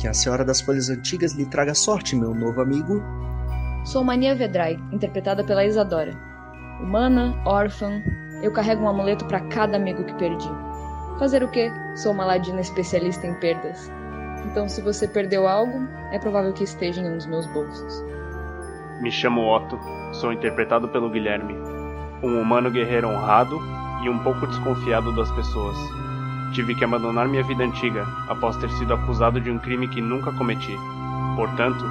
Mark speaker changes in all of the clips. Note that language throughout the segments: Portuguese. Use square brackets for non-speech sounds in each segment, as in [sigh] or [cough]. Speaker 1: Que a Senhora das Folhas Antigas lhe traga sorte, meu novo amigo.
Speaker 2: Sou Mania Vedrai, interpretada pela Isadora. Humana, órfã, eu carrego um amuleto para cada amigo que perdi. Fazer o quê? Sou uma ladina especialista em perdas. Então, se você perdeu algo, é provável que esteja em um dos meus bolsos.
Speaker 3: Me chamo Otto, sou interpretado pelo Guilherme, um humano guerreiro honrado e um pouco desconfiado das pessoas. Tive que abandonar minha vida antiga após ter sido acusado de um crime que nunca cometi. Portanto,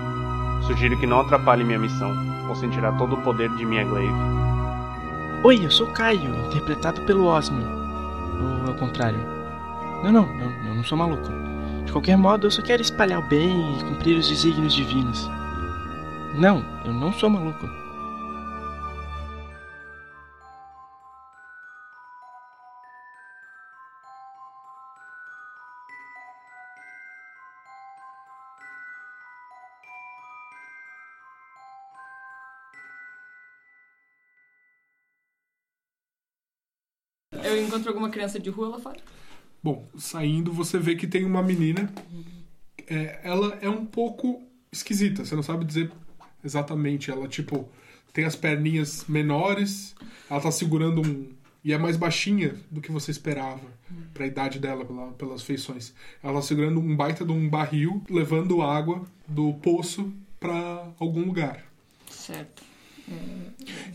Speaker 3: sugiro que não atrapalhe minha missão, ou sentirá todo o poder de minha glaive.
Speaker 4: Oi, eu sou Caio, interpretado pelo Osmio. Ou ao contrário. Não, não, eu, eu não sou maluco. De qualquer modo, eu só quero espalhar o bem e cumprir os desígnios divinos. Não, eu não sou maluco.
Speaker 5: Eu encontro alguma criança de rua lá fora.
Speaker 6: Bom, saindo você vê que tem uma menina. É, ela é um pouco esquisita, você não sabe dizer exatamente. Ela, tipo, tem as perninhas menores, ela tá segurando um. E é mais baixinha do que você esperava pra idade dela, pela- pelas feições. Ela tá segurando um baita de um barril, levando água do poço pra algum lugar.
Speaker 5: Certo.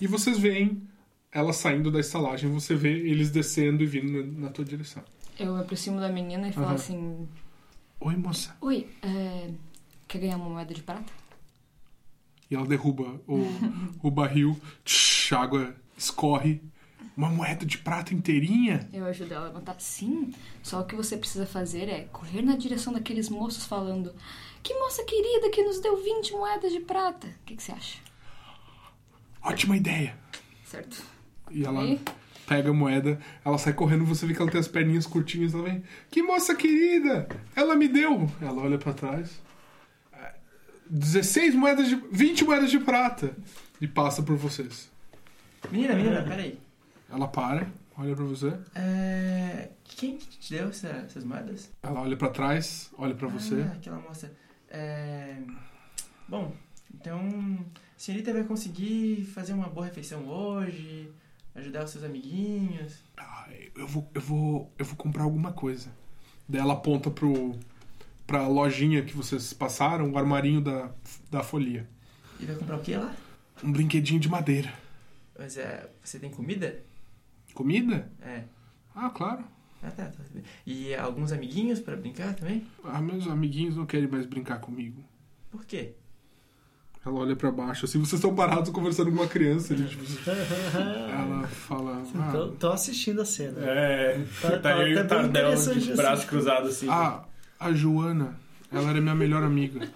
Speaker 6: E vocês veem ela saindo da estalagem, você vê eles descendo e vindo na, na tua direção.
Speaker 5: Eu me aproximo da menina e falo
Speaker 6: Aham.
Speaker 5: assim:
Speaker 6: Oi, moça.
Speaker 5: Oi,
Speaker 7: eh,
Speaker 5: é, quer ganhar uma moeda de prata?
Speaker 6: E ela derruba o, o barril, tsh, a água escorre. Uma moeda de prata inteirinha?
Speaker 5: Eu ajudo ela a levantar. Sim, só o que você precisa fazer é correr na direção daqueles moços falando: Que moça querida que nos deu 20 moedas de prata. O que, que você acha?
Speaker 6: Ótima ideia!
Speaker 5: Certo.
Speaker 6: E ela
Speaker 5: E?
Speaker 6: pega a moeda, ela sai correndo, você vê que ela tem as perninhas curtinhas, ela vem. Que moça querida! Ela me deu! Ela olha pra trás. 16 moedas de. 20 moedas de prata! E passa por vocês.
Speaker 8: Menina, menina, peraí.
Speaker 6: Ela para, olha pra você.
Speaker 8: É... Quem que te deu essa- essas moedas?
Speaker 6: Ela olha pra trás, olha pra você.
Speaker 8: Ah, aquela moça. É... Bom, então... A senhorita vai conseguir fazer uma boa refeição hoje, ajudar os seus amiguinhos.
Speaker 6: Ah, eu vou, eu vou, eu vou comprar alguma coisa. Daí ela aponta pro pra lojinha que vocês passaram, o armarinho da, da folia.
Speaker 8: E vai comprar o que lá?
Speaker 6: Um brinquedinho de madeira.
Speaker 8: Mas é... Você tem comida?
Speaker 6: Comida?
Speaker 8: É.
Speaker 6: Ah, claro.
Speaker 8: Ah, tá. tá. E alguns amiguinhos pra brincar também?
Speaker 6: Ah, meus amiguinhos não querem mais brincar comigo.
Speaker 8: Por quê?
Speaker 6: Ela olha pra baixo, assim, vocês estão parados conversando com uma criança. ali,
Speaker 9: [laughs]
Speaker 6: tipo, ela fala.
Speaker 9: Tô,
Speaker 6: Ah,
Speaker 9: tô assistindo a cena.
Speaker 10: É,
Speaker 9: Tá-
Speaker 10: [laughs] tá,
Speaker 9: tá-
Speaker 10: aí
Speaker 9: tá
Speaker 10: o
Speaker 9: bem
Speaker 10: Tardel
Speaker 9: interessante
Speaker 10: de
Speaker 9: isso.
Speaker 10: braço cruzado assim.
Speaker 6: ah, a Joana, ela era minha melhor amiga.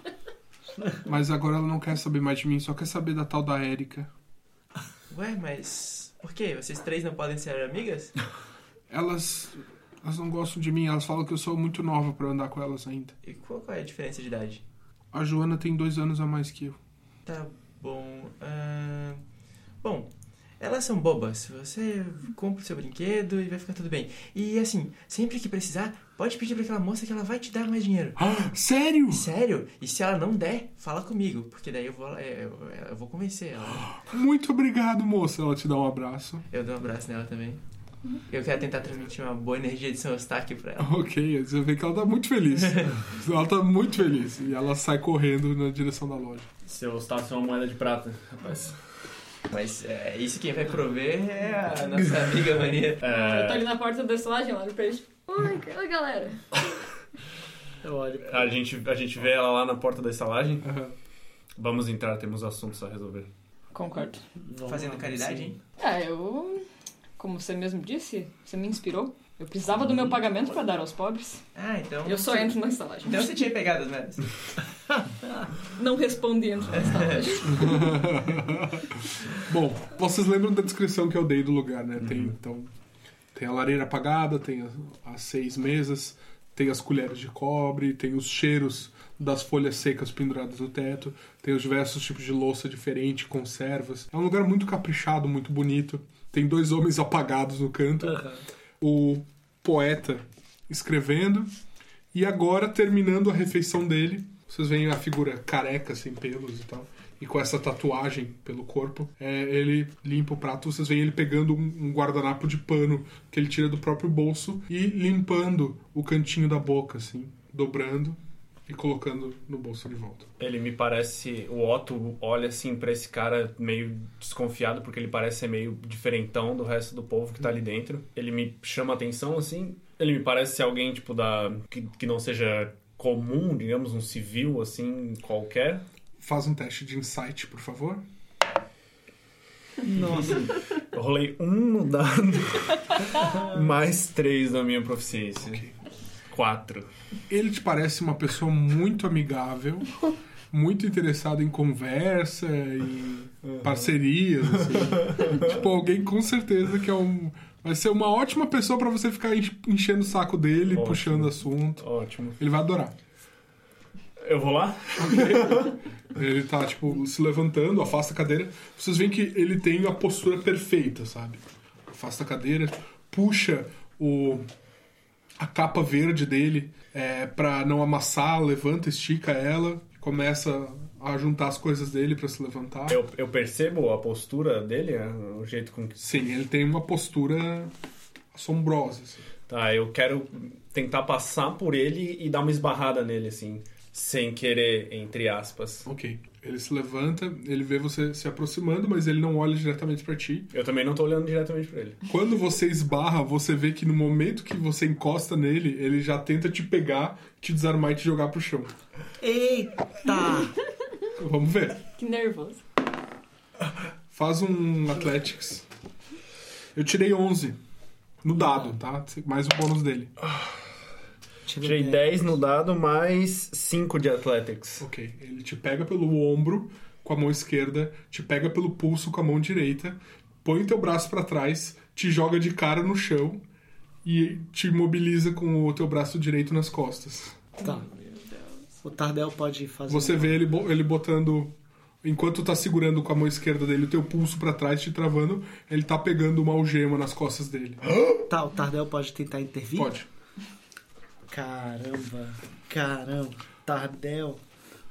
Speaker 9: [laughs]
Speaker 6: Mas agora ela não quer saber mais de mim, só quer saber da tal da Érica.
Speaker 8: Ué, mas... Por quê? Vocês três não podem ser amigas?
Speaker 6: Elas. Elas não gostam de mim, elas falam que eu sou muito nova pra andar com elas ainda. [gasps]
Speaker 8: E qual, qual é a diferença de idade?
Speaker 6: A Joana tem dois anos a mais que eu.
Speaker 8: Tá bom. ahn, Bom, elas são bobas. Você compra o seu brinquedo e vai ficar tudo bem. E assim, sempre que precisar, pode pedir pra aquela moça que ela vai te dar mais dinheiro.
Speaker 6: Ah, sério?
Speaker 8: Sério? E se ela não der, fala comigo, porque daí eu vou, lá- eu, eu- eu vou convencer ela.
Speaker 6: Muito obrigado, moça. Ela te dá um abraço.
Speaker 8: Eu dou um abraço nela também. Eu quero tentar transmitir uma boa energia de São Eustáquio pra ela.
Speaker 6: [laughs] Ok, você vê que ela tá muito feliz. ela tá muito feliz. E ela sai correndo na direção da loja.
Speaker 10: Se eu usasse uma moeda de prata, rapaz.
Speaker 8: Mas é, isso quem vai prover é
Speaker 6: [laughs]
Speaker 8: a nossa amiga Maria.
Speaker 5: Eu tô
Speaker 10: É,
Speaker 5: ali na porta da estalagem, olho pra eles. Oi, oi, galera.
Speaker 9: Eu olho.
Speaker 10: a, gente, a gente vê ela lá na porta da estalagem.
Speaker 6: Aham.
Speaker 10: Vamos entrar, temos assuntos a resolver.
Speaker 5: Concordo.
Speaker 9: Vamos
Speaker 8: Tá Fazendo
Speaker 9: lá,
Speaker 7: É,
Speaker 8: caridade,
Speaker 9: sim.
Speaker 8: hein?
Speaker 5: Ah, eu
Speaker 2: Como você mesmo disse, você me inspirou. Eu precisava do meu pagamento pra dar aos pobres.
Speaker 8: Ah, então.
Speaker 2: Eu só entro na estalagem.
Speaker 8: Então você tinha pegado as merdas.
Speaker 2: Não respondo e entro na
Speaker 5: [laughs]
Speaker 2: estalagem.
Speaker 6: Bom, vocês lembram da descrição que eu dei do lugar, né? Tem, então, tem a lareira apagada, tem as, as seis mesas, tem as colheres de cobre, tem os cheiros das folhas secas penduradas no teto, tem os diversos tipos de louça diferente, conservas. É um lugar muito caprichado, muito bonito. Tem dois homens apagados no canto. O poeta escrevendo e agora terminando a refeição dele. Vocês veem a figura careca, sem pelos e tal. E com essa tatuagem pelo corpo, é, ele limpa o prato. Vocês veem ele pegando um, um guardanapo de pano que ele tira do próprio bolso e limpando o cantinho da boca, assim, dobrando e colocando no bolso de volta.
Speaker 10: Ele me parece. O Otto olha assim pra esse cara meio desconfiado, porque ele parece ser meio diferentão do resto do povo que tá ali dentro. Ele me chama atenção assim. Ele me parece ser alguém, tipo, da. que, que não seja comum, digamos, um civil assim qualquer.
Speaker 6: Faz um teste de insight, por favor.
Speaker 10: Eu rolei um no dado, [laughs] mais três na minha proficiência. Quatro.
Speaker 6: Ele te parece uma pessoa muito amigável, muito interessada em conversa e parcerias. assim. tipo, alguém com certeza que é um. Vai ser uma ótima pessoa pra você ficar enche- enchendo o saco dele,
Speaker 10: Ótimo.
Speaker 6: puxando assunto.
Speaker 10: Ótimo.
Speaker 6: Ele vai adorar.
Speaker 10: Eu vou lá?
Speaker 6: Ele tá, tipo, se levantando, afasta a cadeira. Vocês veem que ele tem a postura perfeita, sabe? Afasta a cadeira, puxa o a capa verde dele é, para não amassar, levanta, estica ela, começa a juntar as coisas dele pra se levantar.
Speaker 10: Eu, eu percebo a postura dele, a- o jeito com que.
Speaker 6: Sim, ele tem uma postura assombrosa. assim.
Speaker 10: Tá, eu quero tentar passar por ele e dar uma esbarrada nele, assim. Sem querer, entre aspas.
Speaker 6: Ok. Ele se levanta, ele vê você se aproximando, mas ele não olha diretamente pra ti.
Speaker 10: Eu também não tô olhando diretamente pra ele.
Speaker 6: Quando você esbarra, você vê que no momento que você encosta nele, ele já tenta te pegar, te desarmar e te jogar pro chão.
Speaker 9: Eita!
Speaker 6: Vamos ver.
Speaker 2: Que nervoso.
Speaker 6: Faz um Athletics. Eu tirei 11 no dado, tá? Mais o bônus dele.
Speaker 10: Tirei 10 no dado, mais 5 de Athletics.
Speaker 6: Ok. Ele te pega pelo ombro com a mão esquerda, te pega pelo pulso com a mão direita, põe teu braço pra trás, te joga de cara no chão e te imobiliza com o teu braço direito nas costas.
Speaker 9: Tá. O Tardel pode fazer. um-
Speaker 6: Você vê ele, bo- ele botando. Enquanto tá segurando com a mão esquerda dele o teu pulso pra trás, te travando, ele tá pegando uma algema nas costas dele.
Speaker 9: Tá, o Tardel pode tentar intervir?
Speaker 6: Pode.
Speaker 9: Caramba, caramba, Tardel.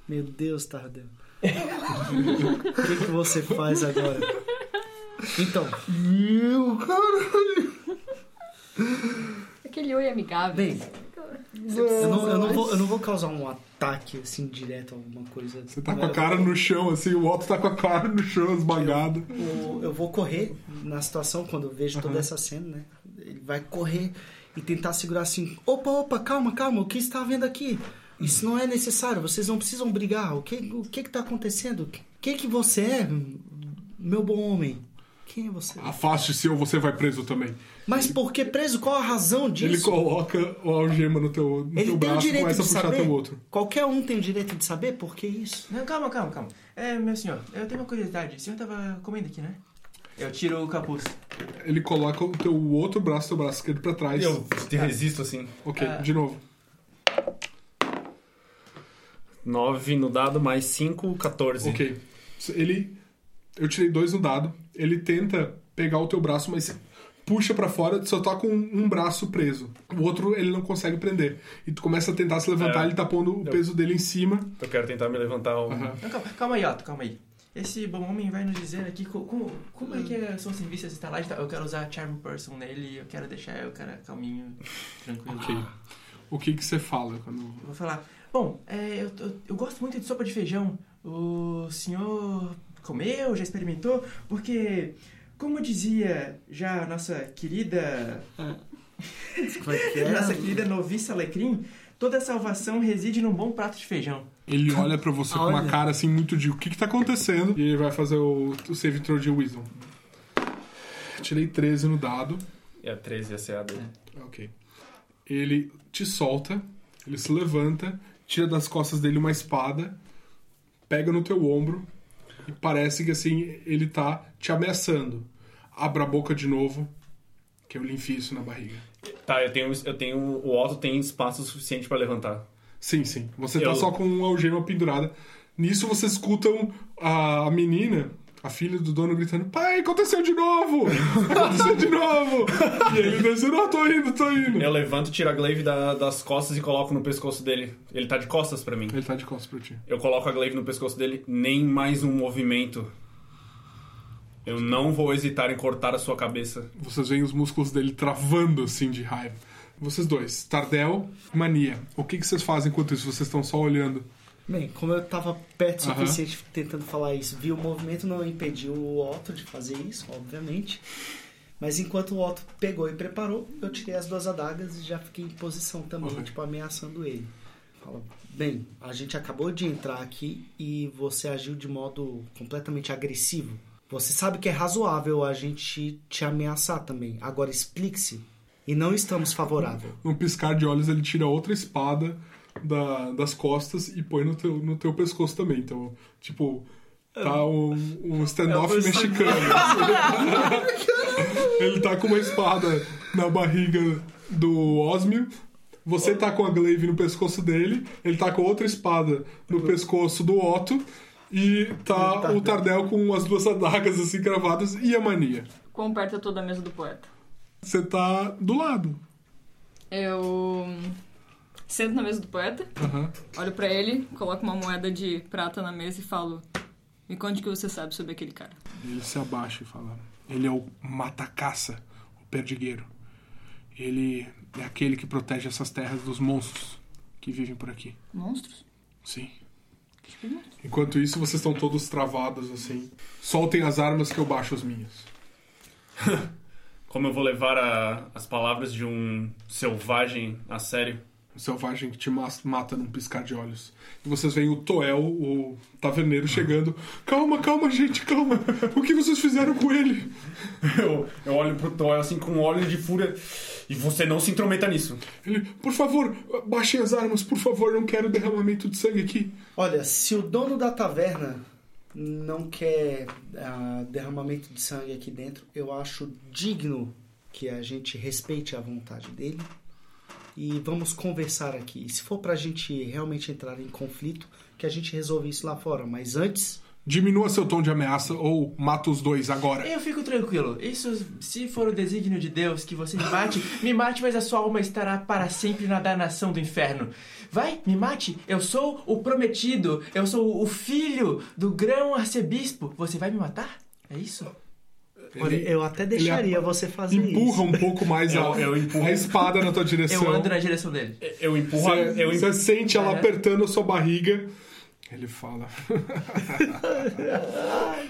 Speaker 9: Meu Deus, Tardel. O que, que você faz agora? Então,
Speaker 2: Aquele oi amigável.
Speaker 9: bem, eu não, eu não vou, eu não vou causar um ataque assim direto, alguma coisa.
Speaker 6: Você tá com a cara no chão, assim, o Otto tá com a cara no chão, esmagado.
Speaker 9: Eu, eu vou correr na situação quando eu vejo toda essa cena, né? Ele vai correr e tentar segurar assim: opa, opa, calma, calma, o que está havendo aqui? Isso não é necessário, vocês não precisam brigar. O que o que está acontecendo? Quem que você é, meu bom homem? Quem é você?
Speaker 6: Afaste-se ou você vai preso também.
Speaker 9: Mas por que preso? Qual a razão
Speaker 6: Ele
Speaker 9: disso?
Speaker 6: coloca a algema no teu, no
Speaker 9: Ele
Speaker 6: teu
Speaker 9: tem o
Speaker 6: braço e
Speaker 9: direito
Speaker 6: começa
Speaker 9: de
Speaker 6: a puxar
Speaker 9: saber.
Speaker 6: teu outro.
Speaker 9: Qualquer um tem o direito de saber por que isso.
Speaker 8: Não, calma, calma, calma. É, meu senhor, eu tenho uma curiosidade. O senhor tava comendo aqui, né? Eu tiro o capuz.
Speaker 6: Ele coloca o teu outro braço, teu braço esquerdo pra trás.
Speaker 10: Eu te resisto assim.
Speaker 6: Ok,
Speaker 8: Ah.
Speaker 6: de novo.
Speaker 10: 9 no dado, mais 5, 14.
Speaker 6: Ok. Ele. Eu tirei dois no dado. Ele tenta pegar o teu braço, mas puxa pra fora, só tá com um braço preso. O outro ele não consegue prender. E tu começa a tentar se levantar,
Speaker 10: É.
Speaker 6: ele tá pondo o peso dele em cima.
Speaker 10: Eu quero tentar me levantar. um o-
Speaker 6: Aham.
Speaker 8: Não, calma, calma aí, Otto, calma aí. Esse bom homem vai nos dizer aqui co- como, como é que é- são os serviços de estalagem. e tal. Eu quero usar Charm Person nele, eu quero deixar o cara calminho, tranquilo.
Speaker 6: Ok. O que que você fala quando.
Speaker 8: Eu vou falar. Bom, é, eu, eu- eu gosto muito de sopa de feijão. O senhor comeu, já experimentou? Porque, como dizia já a nossa querida,
Speaker 9: [laughs] Como é que é?
Speaker 8: [laughs] nossa querida noviça Alecrim, toda salvação reside num bom prato de feijão.
Speaker 6: Ele olha pra você com uma
Speaker 9: Olha.
Speaker 6: cara assim muito de o que que tá acontecendo. E ele vai fazer o, o save throw de Wisdom. Tirei 13 no dado.
Speaker 10: E a 13 ia ser a dele.
Speaker 6: Ok. Ele te solta, ele se levanta, tira das costas dele uma espada, pega no teu ombro e parece que assim ele tá te ameaçando. Abra a boca de novo, que eu lhe enfio isso na barriga.
Speaker 10: Tá, eu tenho, eu tenho. O Otto tem espaço suficiente pra levantar.
Speaker 6: Sim, sim. Você tá
Speaker 10: Eu-
Speaker 6: só com uma algema pendurada. Nisso vocês escutam a a menina, a filha do dono, gritando: Pai, aconteceu de novo! Aconteceu de novo! E ele disse: Não, tô indo, tô indo.
Speaker 10: Eu levanto, tiro a glaive da- das costas e coloco no pescoço dele. Ele tá de costas pra mim.
Speaker 6: Ele tá de costas pra ti.
Speaker 10: Eu coloco a glaive no pescoço dele, nem [laughs] mais um movimento. Eu não vou hesitar em cortar a sua cabeça.
Speaker 6: Vocês veem os músculos dele travando assim de raiva. Vocês dois, Tardel e Mania, o que, que vocês fazem enquanto isso? Vocês estão só olhando.
Speaker 9: Bem, como eu tava perto o
Speaker 6: Aham.
Speaker 9: suficiente tentando falar isso, vi o movimento, não impediu o Otto de fazer isso, obviamente. Mas enquanto o Otto pegou e preparou, eu tirei as duas adagas e já fiquei em posição também,
Speaker 6: Ok.
Speaker 9: tipo, ameaçando ele. Fala, bem, a gente acabou de entrar aqui e você agiu de modo completamente agressivo. Você sabe que é razoável a gente te ameaçar também. Agora explique-se. E não estamos favorável.
Speaker 6: Num Um piscar de olhos, ele tira outra espada da- das costas e põe no teu, no teu pescoço também. Então, tipo, tá um, um standoff mexicano. [laughs] ele tá com uma espada na barriga do Osmio. Você tá com a glaive no pescoço dele, ele tá com outra espada no pescoço do Otto e tá o Tardel com as duas adagas assim cravadas e a mania.
Speaker 7: Quão perto eu tô da mesa do poeta?
Speaker 6: Você tá do lado.
Speaker 7: Eu sento na mesa do poeta,
Speaker 6: Aham.
Speaker 7: olho pra ele, coloco uma moeda de prata na mesa e falo: Me conte o que você sabe sobre aquele cara.
Speaker 6: Ele se abaixa e fala: Ele é o mata-caça, o perdigueiro. Ele é aquele que protege essas terras dos monstros que vivem por aqui.
Speaker 7: Monstros?
Speaker 6: Sim. Enquanto isso, vocês estão todos travados assim. Soltem as armas que eu baixo as minhas.
Speaker 10: Como eu vou levar a- as palavras de um selvagem a sério?
Speaker 6: O Um selvagem que te mas- mata num piscar de olhos. E vocês veem o Toel, o taverneiro, chegando. Calma, calma, gente, calma. O que vocês fizeram com ele?
Speaker 10: Eu, eu olho pro Toy assim com olhos de fúria e você não se intrometa nisso.
Speaker 6: Ele, por favor, baixem as armas, por favor, não quero derramamento de sangue aqui.
Speaker 9: Olha, se o dono da taverna não quer ah, derramamento de sangue aqui dentro, eu acho digno que a gente respeite a vontade dele e vamos conversar aqui. E se for pra gente realmente entrar em conflito, que a gente resolve isso lá fora. Mas antes,
Speaker 6: Diminua seu tom de ameaça ou mata os dois agora.
Speaker 8: Eu fico tranquilo. Isso, se for o desígnio de Deus que você me mate, me mate, mas a sua alma estará para sempre na danação do inferno. Vai, me mate. Eu sou o prometido. Eu sou o filho do grão arcebispo. Você vai me matar? É isso?
Speaker 9: olha, eu até deixaria você fazer
Speaker 6: Empurra
Speaker 9: isso.
Speaker 6: um pouco mais a,
Speaker 10: Eu- eu empurro.
Speaker 6: a espada na tua direção.
Speaker 8: Eu ando na direção dele.
Speaker 10: Eu empurro. a-
Speaker 6: Você,
Speaker 10: eu empurro
Speaker 6: você sente ela
Speaker 8: É.
Speaker 6: apertando a sua barriga. Ele fala: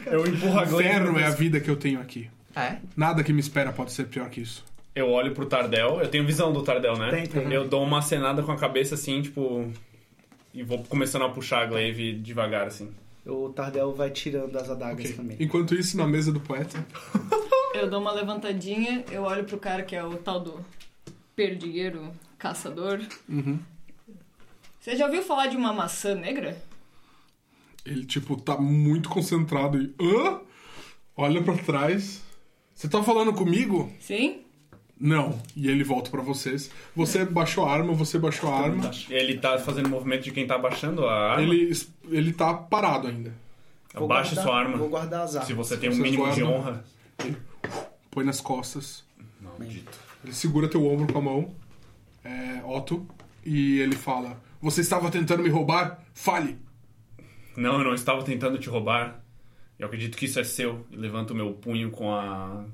Speaker 10: eu empurro a glaive.
Speaker 6: Ferro
Speaker 10: no
Speaker 6: é a
Speaker 10: pescoço.
Speaker 6: vida que eu tenho aqui.
Speaker 8: Ah, é?
Speaker 6: Nada que me espera pode ser pior que isso.
Speaker 10: Eu olho pro Tardel, eu tenho visão do Tardel, né?
Speaker 9: Tem, tem.
Speaker 10: Eu dou uma acenada com a cabeça assim, tipo. E vou começando a puxar a glaive devagar, assim.
Speaker 9: O Tardel vai tirando as adagas
Speaker 6: Ok.
Speaker 9: também.
Speaker 6: Enquanto isso, na mesa do poeta,
Speaker 7: Eu dou uma levantadinha, eu olho pro cara que é o tal do perdigueiro caçador. Você já ouviu falar de uma maçã negra?
Speaker 6: ele, tipo, tá muito concentrado e. Hã? Olha pra trás. Você tá falando comigo?
Speaker 7: Sim?
Speaker 6: Não. E ele volta pra vocês.
Speaker 10: É.
Speaker 6: Você baixou a arma, você baixou a arma.
Speaker 10: Ele tá fazendo movimento de quem tá abaixando a arma.
Speaker 6: Ele, ele tá parado ainda.
Speaker 9: Vou
Speaker 10: Abaixa
Speaker 9: guardar-
Speaker 10: sua arma.
Speaker 9: Vou guardar as armas.
Speaker 10: Se você tem um
Speaker 6: Vocês
Speaker 10: mínimo de
Speaker 6: guardam.
Speaker 10: honra.
Speaker 6: Põe nas costas.
Speaker 10: Maldito.
Speaker 6: Ele segura teu ombro com a mão, é, Otto, e ele fala: Você estava tentando me roubar? Fale!
Speaker 10: Não, eu não estava tentando te roubar. Eu acredito que isso é seu. E levanto o meu punho com a.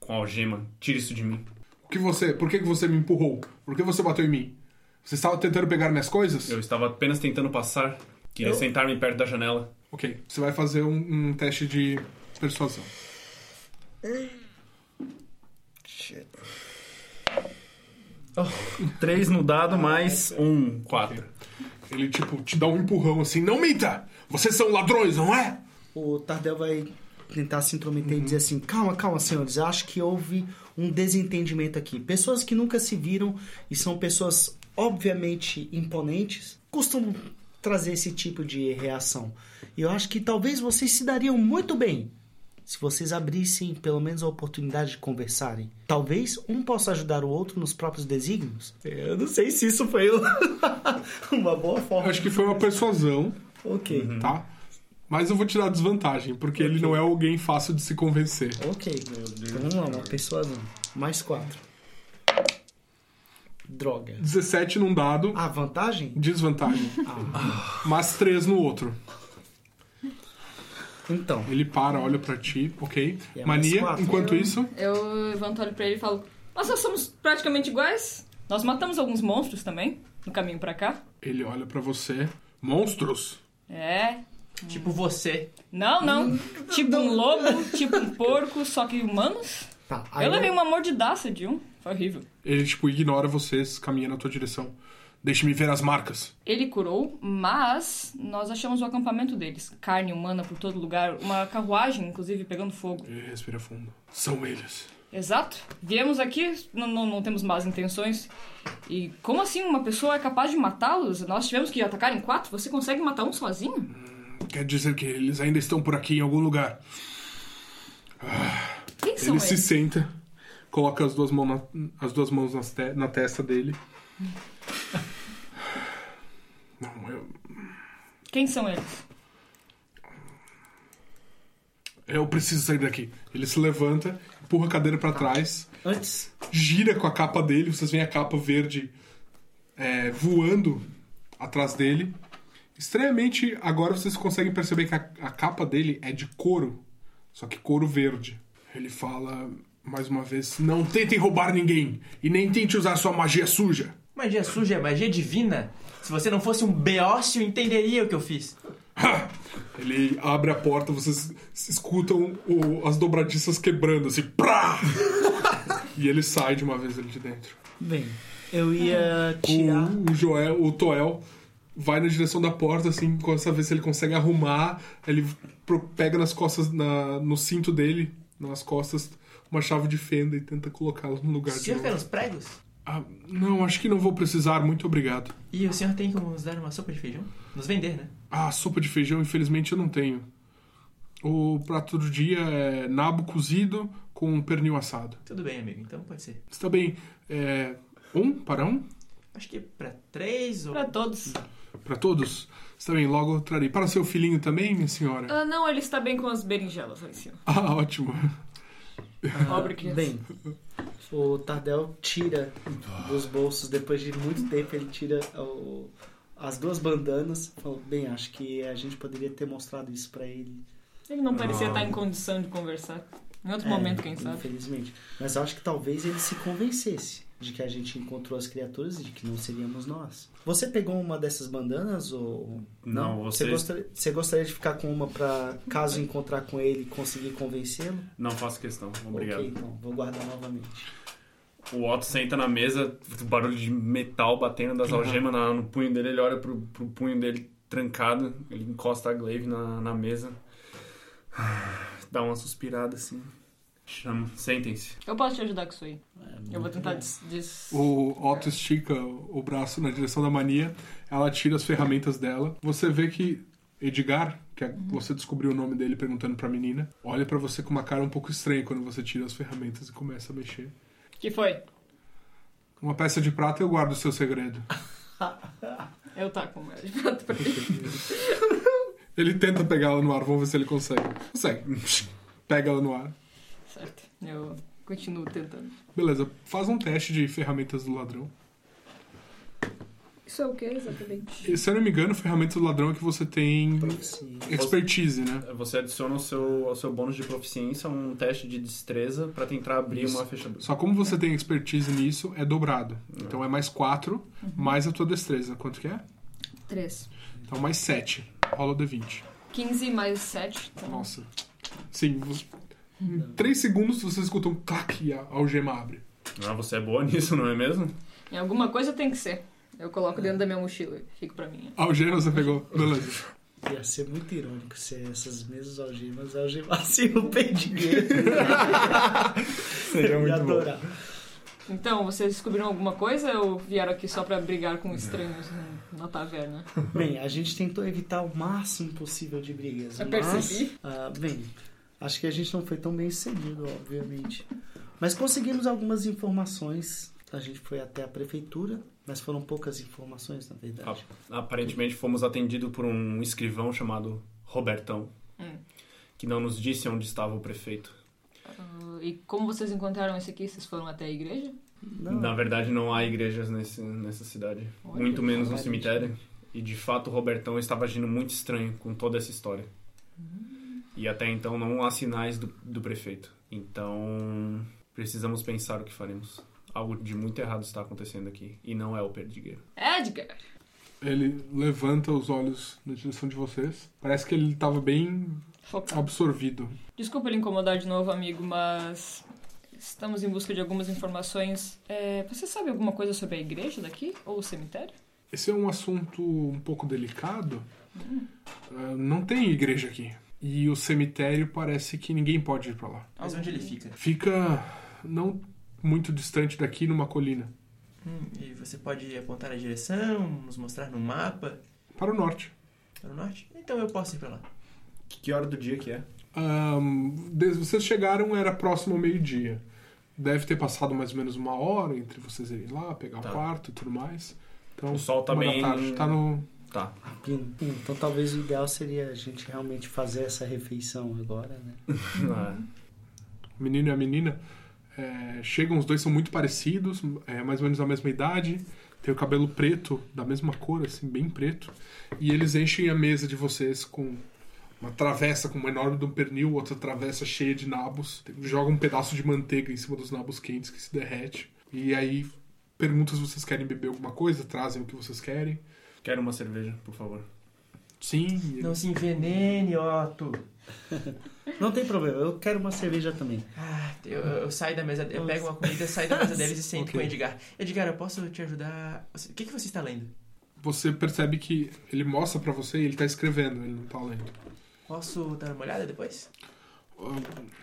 Speaker 10: com a algema. Tira isso de mim.
Speaker 6: O que você. Por que que você me empurrou? Por que você bateu em mim? Você estava tentando pegar minhas coisas?
Speaker 10: Eu estava apenas tentando passar. Queria sentar-me perto da janela.
Speaker 6: Ok, você vai fazer um, um teste de persuasão.
Speaker 10: Três no dado, mais um. Quatro.
Speaker 6: Ele, tipo, te dá um empurrão assim: Não minta! Vocês são ladrões, não é?
Speaker 9: O Tardel vai tentar se intrometer e dizer assim: calma, calma, senhores, eu acho que houve um desentendimento aqui. Pessoas que nunca se viram e são pessoas obviamente imponentes costumam trazer esse tipo de reação. E eu acho que talvez vocês se dariam muito bem se vocês abrissem pelo menos a oportunidade de conversarem. Talvez um possa ajudar o outro nos próprios desígnios. É, Eu não sei se isso foi [laughs] uma boa
Speaker 6: Eu
Speaker 9: forma.
Speaker 6: acho que foi uma persuasão,
Speaker 9: Ok,
Speaker 6: tá? Mas eu vou te dar desvantagem, porque ele não é alguém fácil de se convencer.
Speaker 9: ok. Então vamos lá, uma persuasão. Mais quatro. Droga.
Speaker 6: 17 num dado,
Speaker 9: A vantagem?
Speaker 6: desvantagem.
Speaker 9: Ah.
Speaker 6: Mas 3 no outro.
Speaker 9: Então.
Speaker 6: Ele para, olha pra ti, ok.
Speaker 9: E é mais
Speaker 6: Mania,
Speaker 9: quatro.
Speaker 6: enquanto isso,
Speaker 7: Eu levanto olho pra ele e falo: Mas nós somos praticamente iguais. Nós matamos alguns monstros também no caminho pra cá.
Speaker 6: ele olha pra você. Monstros!
Speaker 7: É.
Speaker 8: Tipo você.
Speaker 7: Não,
Speaker 9: Hum.
Speaker 7: não. tipo um lobo, tipo um porco, só que humanos.
Speaker 9: Tá,
Speaker 7: eu levei uma mordidaça de um. Foi horrível.
Speaker 6: Ele, tipo, ignora vocês, caminha na tua direção. Deixe-me ver as marcas.
Speaker 7: Ele curou, mas nós achamos o acampamento deles. Carne humana por todo lugar, uma carruagem, inclusive, pegando fogo.
Speaker 6: Ele respira fundo. São eles.
Speaker 7: Exato. Viemos aqui, não, não, não temos más intenções. E como assim uma pessoa é capaz de matá-los? Nós tivemos que atacar em quatro? Você consegue matar um sozinho?
Speaker 6: Quer dizer que eles ainda estão por aqui em algum lugar.
Speaker 7: Quem
Speaker 6: Ele
Speaker 7: são eles?
Speaker 6: se senta, coloca as duas, mão na- as duas mãos nas te- na testa dele. Não, eu,
Speaker 7: Quem são eles?
Speaker 6: eu preciso sair daqui. Ele se levanta, empurra a cadeira pra trás,
Speaker 9: Antes.
Speaker 6: gira com a capa dele, vocês veem a capa verde é, voando atrás dele. Estranhamente, agora vocês conseguem perceber que a, a capa dele é de couro, só que couro verde. Ele fala mais uma vez: Não tentem roubar ninguém e nem tente usar sua magia suja.
Speaker 8: Magia suja é magia divina. Se você não fosse um beócio, entenderia o que eu fiz.
Speaker 6: Ele abre a porta, vocês escutam o- as dobradiças quebrando, assim, prá! e ele sai de uma vez ali de dentro.
Speaker 9: Bem, eu ia tirar.
Speaker 6: O, o Joel, o Toel, vai na direção da porta, assim, começa a ver se ele consegue arrumar. Ele pro- pega nas costas, na- no cinto dele, nas costas, uma chave de fenda e tenta colocá-la no
Speaker 8: O
Speaker 6: lugar de
Speaker 8: senhor quer
Speaker 6: novo.
Speaker 8: uns pregos?
Speaker 6: Ah, não, acho que não vou precisar, muito obrigado.
Speaker 8: E o senhor tem como nos dar uma sopa de feijão? Nos vender, né?
Speaker 6: Ah, sopa de feijão, infelizmente, eu não tenho. O prato do dia é nabo cozido com pernil assado.
Speaker 8: Tudo bem, amigo. Então pode ser.
Speaker 6: Está bem, é, um para um?
Speaker 8: Acho que pra três ou...
Speaker 7: Pra todos.
Speaker 6: Para todos? Está bem, logo eu trarei. Para seu filhinho também, minha
Speaker 7: [laughs]
Speaker 6: senhora?
Speaker 7: Ah, não, ele está bem com as berinjelas lá em cima.
Speaker 6: Ah, ótimo.
Speaker 7: Pobre criança.
Speaker 9: Ah, Bem, o Tardel tira dos bolsos, depois de muito tempo, ele tira o- as duas bandanas. Falou, bem, acho que a gente poderia ter mostrado isso pra ele.
Speaker 7: Ele não parecia estar em condição de conversar. Em outro momento, quem sabe.
Speaker 9: Infelizmente. Mas eu acho que talvez ele se convencesse de que a gente encontrou as criaturas e de que não seríamos nós. Você pegou uma dessas bandanas ou.
Speaker 10: Não,
Speaker 9: Você
Speaker 10: você-
Speaker 9: gostaria, você gostaria de ficar com uma pra caso encontrar com ele e conseguir convencê-lo?
Speaker 10: Não faço questão, obrigado.
Speaker 9: Ok, então, vou guardar novamente.
Speaker 10: O Otto senta na mesa, barulho de metal batendo das algemas na- no punho dele, ele olha pro, pro punho dele trancado, ele encosta a glaive na, na mesa, [sighs] dá uma suspirada assim, chama, sentem-se.
Speaker 7: Eu posso te ajudar com isso aí. Eu vou tentar des... des-
Speaker 6: O Otto estica o braço na direção da mania, ela tira as ferramentas dela. Você vê que Edgar, que é- você descobriu o nome dele perguntando pra menina, olha pra você com uma cara um pouco estranha quando você tira as ferramentas e começa a mexer.
Speaker 7: Que foi?
Speaker 6: Uma peça de prata eu guardo o seu segredo.
Speaker 7: Eu tá com medo.
Speaker 6: Ele tenta pegá-la no ar, vamos ver se ele consegue. Consegue. [laughs] Pega ela no ar.
Speaker 7: Certo. Eu continuo tentando.
Speaker 6: Beleza, faz um teste de ferramentas do ladrão.
Speaker 2: Isso é o que exatamente?
Speaker 6: E, se eu não me engano, ferramentas do ladrão é que você tem
Speaker 9: Sim.
Speaker 6: expertise, né?
Speaker 10: Você adiciona ao seu, ao seu bônus de proficiência um teste de destreza pra tentar abrir uma fechadura.
Speaker 6: Só como você tem expertise nisso, é dobrado. Então é mais 4, mais a tua destreza. Quanto que é?
Speaker 7: Três.
Speaker 6: Então mais 7. Rola o D20.
Speaker 7: 15 mais 7. Então,
Speaker 6: Nossa. Sim, você... em 3 segundos você escuta um clac e a algema abre.
Speaker 10: Ah, você é boa [laughs] nisso, não é mesmo?
Speaker 7: em alguma coisa tem que ser. Eu coloco dentro da minha mochila. Fico pra mim.
Speaker 6: A algema você pegou. Beleza.
Speaker 9: Ia ser muito irônico se essas mesmas algemas [laughs] algemassem o perdigueiro.
Speaker 10: Seria
Speaker 9: Eu ia
Speaker 10: muito bom.
Speaker 9: adorar.
Speaker 7: Então, vocês descobriram alguma coisa ou vieram aqui só pra brigar com estranhos na- na taverna?
Speaker 9: Bem, a gente tentou evitar o máximo possível de brigas.
Speaker 8: É
Speaker 7: Eu
Speaker 9: mas,
Speaker 7: percebi.
Speaker 9: ah, bem, acho que a gente não foi tão bem sucedido, obviamente. Mas conseguimos algumas informações. A gente foi até a prefeitura, mas foram poucas informações, na verdade.
Speaker 10: Aparentemente fomos atendidos por um escrivão chamado Robertão, que não nos disse onde estava o prefeito.
Speaker 7: Ah, E como vocês encontraram esse aqui? Vocês foram até a igreja?
Speaker 9: Não.
Speaker 10: Na verdade, não há igrejas nesse, nessa cidade,
Speaker 7: Olha,
Speaker 10: muito menos um
Speaker 7: cara,
Speaker 10: cemitério. E de fato, o Robertão estava agindo muito estranho com toda essa história. E até então não há sinais do, do prefeito. Então, precisamos pensar o que faremos. Algo de muito errado está acontecendo aqui. E não é o perdigueiro.
Speaker 7: Edgar!
Speaker 6: Ele levanta os olhos na direção de vocês. Parece que ele tava bem
Speaker 7: Foca.
Speaker 6: absorvido.
Speaker 7: Desculpa lhe incomodar de novo, amigo, mas estamos em busca de algumas informações. É, você sabe alguma coisa sobre a igreja daqui? Ou o cemitério?
Speaker 6: Esse é um assunto um pouco delicado. Ah, não tem igreja aqui. E o cemitério parece que ninguém pode ir pra lá.
Speaker 8: Mas onde ele fica?
Speaker 6: Fica não muito distante daqui, numa colina.
Speaker 8: Hum, e você pode apontar a direção, nos mostrar no mapa,
Speaker 6: Para o norte.
Speaker 8: para o norte? Então eu posso ir pra lá.
Speaker 10: Que, que hora do dia que é?
Speaker 6: Ahn, desde vocês chegaram, era próximo ao meio-dia. Deve ter passado mais ou menos uma hora entre vocês irem lá, pegar
Speaker 10: Tá.
Speaker 6: o quarto e tudo mais. Então,
Speaker 10: O sol tá
Speaker 6: uma da
Speaker 10: bem-
Speaker 6: tarde. Tá no...
Speaker 10: Tá.
Speaker 9: Bem, Então talvez o ideal seria a gente realmente fazer essa refeição agora, né?
Speaker 10: É.
Speaker 6: O menino e a menina é, chegam, os dois são muito parecidos, é, mais ou menos da mesma idade. Tem o cabelo preto, da mesma cor, assim, bem preto. E eles enchem a mesa de vocês com uma travessa com uma enorme de um pernil, outra travessa cheia de nabos. Tem- Joga um pedaço de manteiga em cima dos nabos quentes que se derrete. E aí pergunta se vocês querem beber alguma coisa, trazem o que vocês querem.
Speaker 10: Quero uma cerveja, por favor.
Speaker 6: Sim, e
Speaker 8: Não se envenene, Otto!
Speaker 9: [laughs] Não tem problema, eu quero uma cerveja também.
Speaker 8: Ah, eu, eu saio da mesa, eu pego uma comida, saio
Speaker 9: [laughs]
Speaker 8: da mesa deles e sento
Speaker 6: Ok.
Speaker 8: com o Edgar. Edgar, eu posso te ajudar? Você- O que, que você está lendo?
Speaker 6: você percebe que ele mostra pra você e ele tá escrevendo, ele não tá lendo.
Speaker 8: Posso dar uma olhada depois?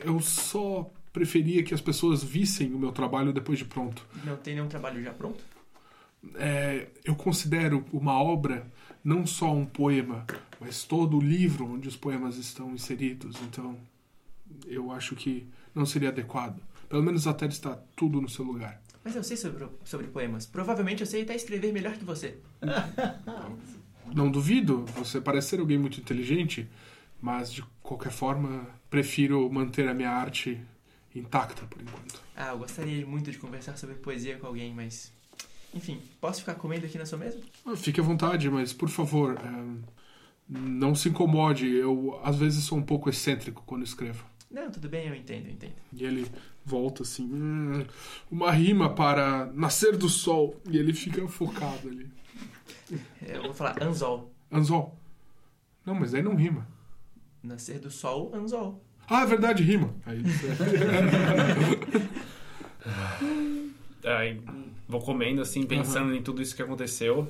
Speaker 6: Eu só preferia que as pessoas vissem o meu trabalho depois de pronto.
Speaker 8: Não tem nenhum trabalho já pronto?
Speaker 6: É, eu considero uma obra não só um poema, mas todo o livro onde os poemas estão inseridos. Então, eu acho que não seria adequado. Pelo menos até estar tudo no seu lugar.
Speaker 8: Mas eu sei sobre, sobre poemas. Provavelmente eu sei até escrever melhor que você.
Speaker 6: Não duvido, você parece ser alguém muito inteligente, mas de qualquer forma, prefiro manter a minha arte intacta por enquanto.
Speaker 8: Ah, eu gostaria muito de conversar sobre poesia com alguém, mas. Enfim, posso ficar comendo aqui na sua mesa?
Speaker 6: Ah, Fique à vontade, mas por favor, eh, não se incomode. Eu às vezes sou um pouco excêntrico quando escrevo.
Speaker 8: Não, tudo bem, eu entendo, eu entendo.
Speaker 6: E ele volta assim, "Hum, uma rima para nascer do sol. E ele fica focado ali.
Speaker 8: É, Eu vou falar anzol.
Speaker 6: Anzol. Não, mas aí não rima.
Speaker 8: Nascer do sol, anzol.
Speaker 6: Ah, é verdade, rima. Aí,
Speaker 10: Aí, Ah, vou comendo, assim, pensando em tudo isso que aconteceu.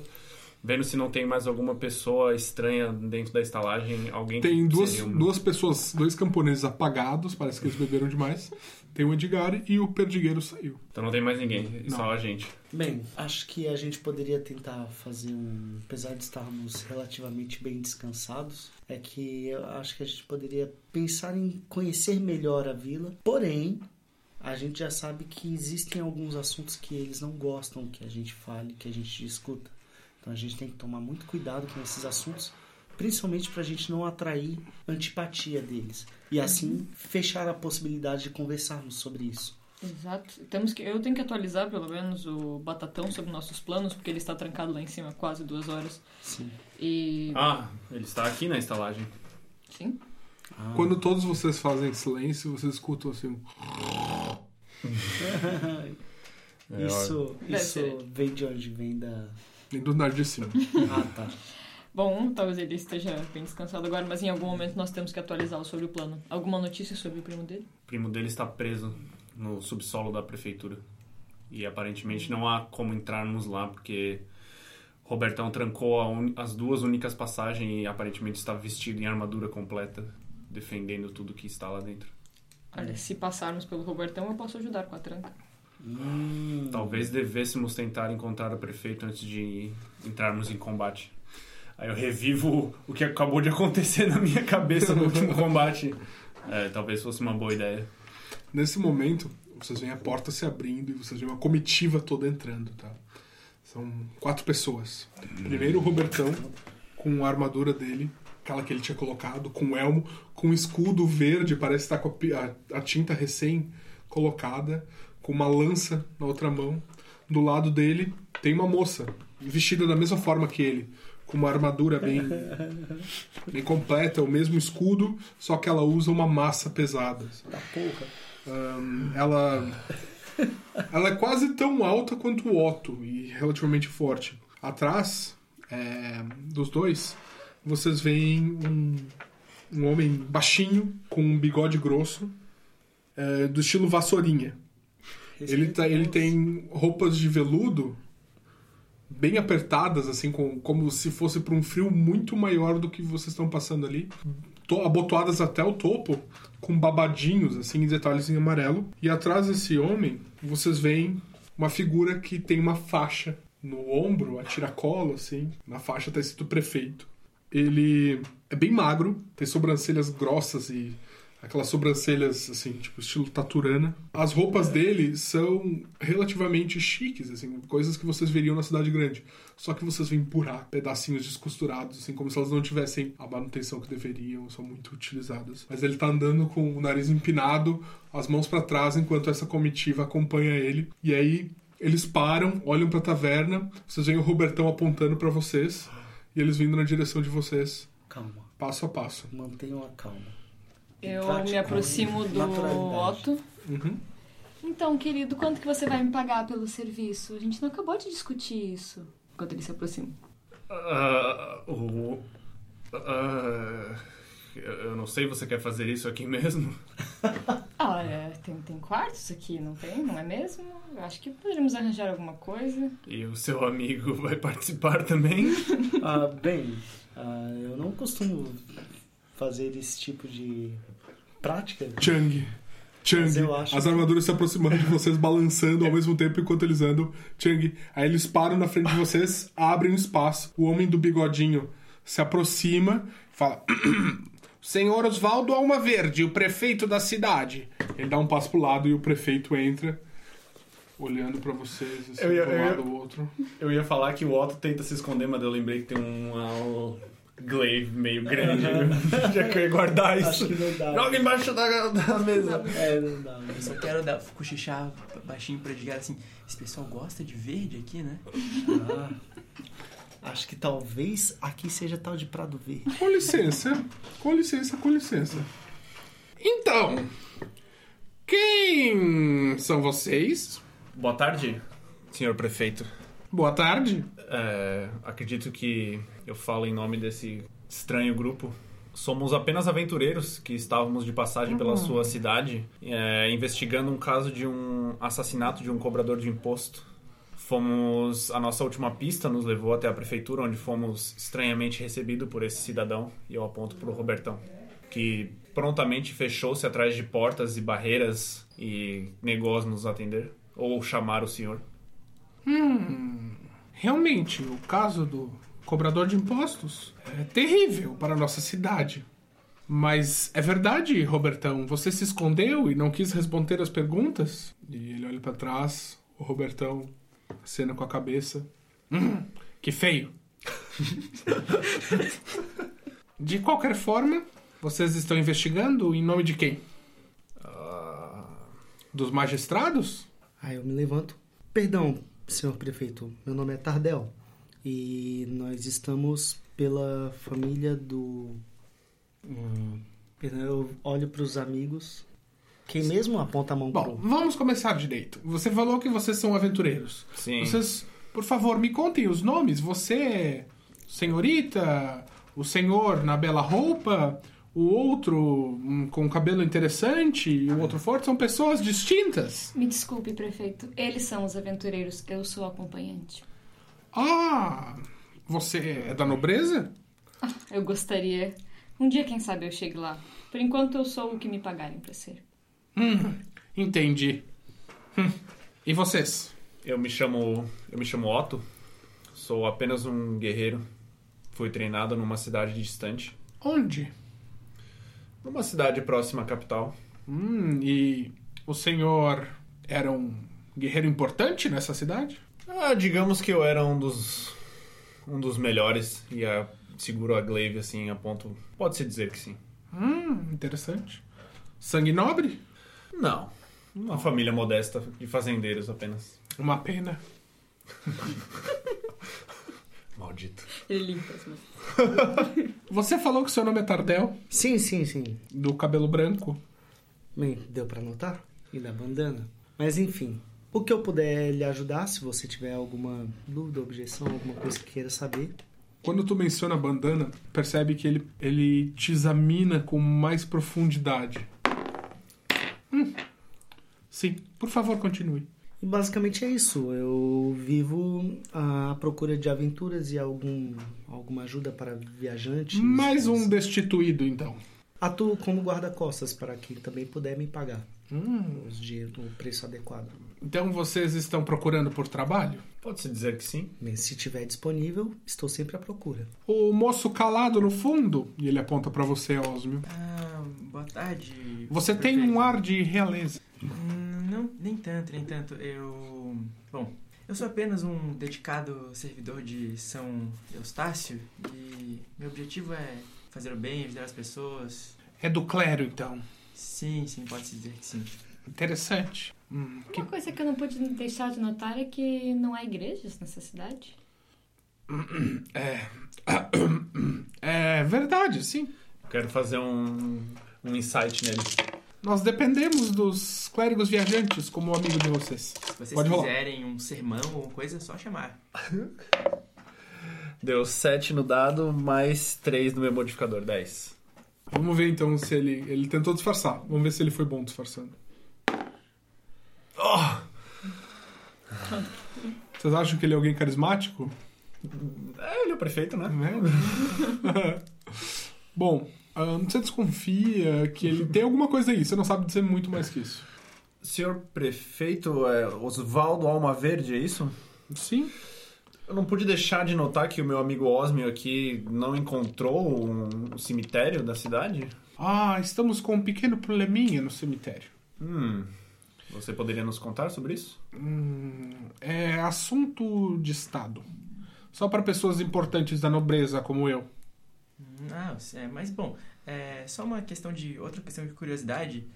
Speaker 10: Vendo se não tem mais alguma pessoa estranha dentro da estalagem. Alguém
Speaker 6: tem
Speaker 10: que
Speaker 6: duas,
Speaker 10: seria um-
Speaker 6: duas pessoas, dois camponeses apagados, parece que eles beberam demais. Tem o Edgar e o Perdigueiro saiu.
Speaker 10: Então não tem mais ninguém,
Speaker 6: Não.
Speaker 10: só a gente.
Speaker 9: Bem, acho que a gente poderia tentar fazer um. Apesar de estarmos relativamente bem descansados, é que eu acho que a gente poderia pensar em conhecer melhor a vila. Porém, a gente já sabe que existem alguns assuntos que eles não gostam que a gente fale, que a gente discuta. Então a gente tem que tomar muito cuidado com esses assuntos, principalmente para a gente não atrair antipatia deles. E assim fechar a possibilidade de conversarmos sobre isso.
Speaker 7: Exato. Temos que, eu tenho que atualizar pelo menos o Batatão sobre nossos planos, porque ele está trancado lá em cima há quase duas horas.
Speaker 9: Sim.
Speaker 7: E.
Speaker 10: Ah, ele está aqui na estalagem.
Speaker 7: Sim.
Speaker 6: Quando todos vocês fazem silêncio, vocês escutam assim. um-
Speaker 10: É,
Speaker 9: Isso,
Speaker 7: Deve
Speaker 9: isso
Speaker 7: ser.
Speaker 9: vem de onde? Vem da.
Speaker 6: Do nariz de cima.
Speaker 9: Ah, tá.
Speaker 7: Bom, talvez ele esteja bem descansado agora, mas em algum momento nós temos que atualizá-lo sobre o plano. Alguma notícia sobre o primo dele?
Speaker 10: O primo dele está preso no subsolo da prefeitura. E aparentemente não há como entrarmos lá, porque Robertão trancou a un- as duas únicas passagens e aparentemente está vestido em armadura completa, defendendo tudo que está lá dentro.
Speaker 7: Olha, se passarmos pelo Robertão, eu posso ajudar com a tranca.
Speaker 10: Talvez devêssemos tentar encontrar o prefeito antes de entrarmos em combate. Aí eu revivo o que acabou de acontecer na minha cabeça no último combate. É, talvez fosse uma boa ideia.
Speaker 6: Nesse momento, vocês veem a porta se abrindo e vocês veem uma comitiva toda entrando, tá? São quatro pessoas. Primeiro o Robertão, com a armadura dele, aquela que ele tinha colocado, com o elmo, com um escudo verde, parece estar com a pi- a, a tinta recém colocada, com uma lança na outra mão. Do lado dele tem uma moça, vestida da mesma forma que ele, com uma armadura bem, bem completa, o mesmo escudo, só que ela usa uma massa pesada. sabe? Ahn, ela. Ela é quase tão alta quanto o Otto e relativamente forte. Atrás é, dos dois, vocês veem um, um homem baixinho, com um bigode grosso, é, do estilo vassourinha. Ele, tá- ele tem roupas de veludo bem apertadas, assim, com, como se fosse para um frio muito maior do que vocês estão passando ali. To- abotoadas até o topo, com babadinhos, assim, em detalhes em amarelo. E atrás desse homem, vocês veem uma figura que tem uma faixa no ombro, a tiracolo, assim. Na faixa tá escrito prefeito. Ele é bem magro, tem sobrancelhas grossas e aquelas sobrancelhas, assim, tipo, estilo taturana. As roupas dele são relativamente chiques, assim, coisas que vocês veriam na cidade grande. Só que vocês veem buraco, pedacinhos descosturados, assim, como se elas não tivessem a manutenção que deveriam, são muito utilizadas. Mas ele tá andando com o nariz empinado, as mãos para trás, enquanto essa comitiva acompanha ele. E aí eles param, olham pra taverna, vocês veem o Robertão apontando pra vocês, e eles vindo na direção de vocês,
Speaker 9: Calma,
Speaker 6: passo a passo.
Speaker 9: mantenham a calma.
Speaker 7: Eu
Speaker 9: Prático,
Speaker 7: me aproximo do
Speaker 9: naturalidade. Uhum.
Speaker 7: Otto.
Speaker 5: Então, querido, quanto que você vai me pagar pelo serviço? A gente não acabou de discutir isso.
Speaker 7: Enquanto ele se aproxima.
Speaker 10: Ah, o- ah, eu eu não sei, você quer fazer isso aqui mesmo?
Speaker 7: Ah, é, tem, tem quartos aqui, não tem? Não é mesmo? Eu acho que poderíamos arranjar alguma coisa.
Speaker 10: E o seu amigo [laughs] vai participar também?
Speaker 9: Ah, bem, ah, eu não costumo fazer esse tipo de prática.
Speaker 6: Chang. Chang,
Speaker 9: Mas eu acho
Speaker 6: as
Speaker 9: que-
Speaker 6: armaduras se aproximando de vocês, balançando ao mesmo tempo enquanto eles andam. Chang, aí eles param na frente de vocês, abrem um espaço. O homem do bigodinho se aproxima, fala: [coughs] Senhor Osvaldo Alma Verde, o prefeito da cidade. Ele dá um passo pro lado e o prefeito entra, olhando pra vocês, assim,
Speaker 10: Eu ia-
Speaker 6: de um
Speaker 10: eu ia-
Speaker 6: lado ao outro.
Speaker 10: Eu ia falar que o Otto tenta se esconder, mas eu lembrei que tem um glaive meio grande. Já que eu ia guardar
Speaker 9: Acho que
Speaker 10: isso.
Speaker 9: não dá.
Speaker 10: Joga embaixo da, da mesa.
Speaker 9: É, não dá.
Speaker 8: Eu só quero dar, cochichar baixinho pra dizer assim, esse pessoal gosta de verde aqui, né?
Speaker 9: Acho que talvez aqui seja tal de Prado Verde.
Speaker 6: Com licença, com licença, com licença. Então, quem são vocês?
Speaker 10: Boa tarde, senhor prefeito.
Speaker 6: Boa tarde.
Speaker 10: É, acredito que eu falo em nome desse estranho grupo. Somos apenas aventureiros que estávamos de passagem pela sua cidade, é, investigando um caso de um assassinato de um cobrador de imposto. Fomos. A nossa última pista nos levou até a prefeitura, onde fomos estranhamente recebidos por esse cidadão, e eu aponto para o Robertão, que prontamente fechou-se atrás de portas e barreiras e negou a nos atender, ou chamar o senhor.
Speaker 6: Realmente, o caso do cobrador de impostos é terrível para a nossa cidade. Mas é verdade, Robertão, você se escondeu e não quis responder as perguntas? E ele olha para trás, o Robertão acena com a cabeça. Hum, que feio. de qualquer forma, vocês estão investigando em nome de quem? Dos magistrados?
Speaker 9: Aí eu me levanto. Perdão, senhor prefeito. Meu nome é Tardel. E nós estamos pela família do. Hum, perdão, eu olho para os amigos. Quem mesmo aponta a mão
Speaker 6: Bom,
Speaker 9: pro.
Speaker 6: vamos começar direito. Você falou que vocês são aventureiros.
Speaker 10: Sim.
Speaker 6: Vocês, por favor, me contem os nomes. Você, senhorita, o senhor na bela roupa, o outro hum, com cabelo interessante e o outro forte são pessoas distintas.
Speaker 5: Me desculpe, prefeito. Eles são os aventureiros. Eu sou a acompanhante.
Speaker 6: Ah, Você é da nobreza?
Speaker 7: Eu gostaria. Um dia, quem sabe, eu chegue lá. Por enquanto, eu sou o que me pagarem pra ser.
Speaker 6: Entendi. Hum. E vocês?
Speaker 10: Eu me chamo, eu me chamo Otto. Sou apenas um guerreiro. Fui treinado numa cidade distante,
Speaker 6: Onde?
Speaker 10: numa cidade próxima à capital.
Speaker 6: Hum, e o senhor era um guerreiro importante nessa cidade?
Speaker 10: Ah, digamos que eu era um dos um dos melhores e a, seguro a glaive assim a ponto. Pode se dizer que sim.
Speaker 6: Hum, interessante. Sangue nobre?
Speaker 10: Não, uma família modesta de fazendeiros apenas.
Speaker 6: Uma pena.
Speaker 10: Maldito.
Speaker 7: Ele limpa as mãos.
Speaker 6: Você falou que seu nome é Tardel,
Speaker 9: Sim, sim, sim.
Speaker 6: do cabelo branco.
Speaker 9: Bem, deu pra notar? E da bandana. Mas enfim, o que eu puder lhe ajudar, se você tiver alguma dúvida, objeção, alguma coisa que queira saber.
Speaker 6: Quando tu menciona a bandana, percebe que ele, ele te examina com mais profundidade. Hum. Sim, por favor, continue.
Speaker 9: E basicamente é isso. Eu vivo à procura de aventuras e algum, alguma ajuda para viajantes.
Speaker 6: Mais um destituído, então.
Speaker 9: Atuo como guarda-costas para quem também puder me pagar
Speaker 6: Hum.
Speaker 9: os dinheiro, o preço adequado.
Speaker 6: Então vocês estão procurando por trabalho?
Speaker 10: Pode se dizer que sim.
Speaker 9: Mas se tiver disponível, estou sempre à procura.
Speaker 6: O moço calado no fundo, e ele aponta pra você, Osmio.
Speaker 8: Ah, boa tarde.
Speaker 6: Você tem
Speaker 8: prefeito.
Speaker 6: um ar de realeza.
Speaker 8: Hum, Não, nem tanto, nem tanto. Eu. Bom, eu sou apenas um dedicado servidor de São Eustácio e meu objetivo é fazer o bem, ajudar as pessoas.
Speaker 6: É do clero, então.
Speaker 8: Sim, sim, pode-se dizer que sim.
Speaker 6: Interessante. Hum, que-
Speaker 7: Uma coisa que eu não pude deixar de notar é que não há igrejas nessa cidade.
Speaker 6: [coughs] É verdade, sim.
Speaker 10: Quero fazer um, um insight nele.
Speaker 6: Nós dependemos dos clérigos viajantes como um amigo de vocês.
Speaker 8: Se vocês
Speaker 6: Pode rolar.
Speaker 8: quiserem um sermão ou coisa, é só chamar.
Speaker 10: Deu 7 no dado, mais 3 no meu modificador, 10.
Speaker 6: Vamos ver então se ele. Ele tentou disfarçar. Vamos ver se ele foi bom disfarçando. Ah!
Speaker 10: Oh!
Speaker 6: Vocês acham que ele é alguém carismático?
Speaker 10: É, ele é o prefeito, né?
Speaker 6: Né? [laughs] bom, ahn, você desconfia que ele tem alguma coisa aí. Você não sabe dizer muito mais que isso.
Speaker 10: Senhor prefeito, é Osvaldo Alma Verde, é isso?
Speaker 6: Sim.
Speaker 10: Eu não pude deixar de notar que o meu amigo Osmio aqui não encontrou um cemitério da cidade.
Speaker 6: Ah, estamos com um pequeno probleminha no cemitério.
Speaker 10: Hum. Você poderia nos contar sobre isso?
Speaker 6: É assunto de Estado. Só para pessoas importantes da nobreza como eu.
Speaker 8: Ah, é, mas bom, é só uma questão de. outra questão de curiosidade.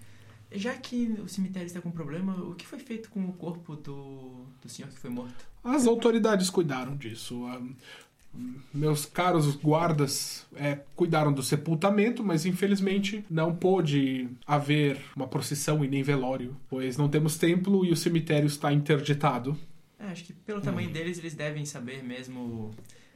Speaker 8: Já que o cemitério está com problema, o que foi feito com o corpo do, do senhor que foi morto?
Speaker 6: As autoridades cuidaram disso. Ah, Meus caros guardas é, cuidaram do sepultamento, mas infelizmente não pôde haver uma procissão e nem velório, pois não temos templo e o cemitério está interditado.
Speaker 8: É, acho que pelo tamanho deles, eles devem saber mesmo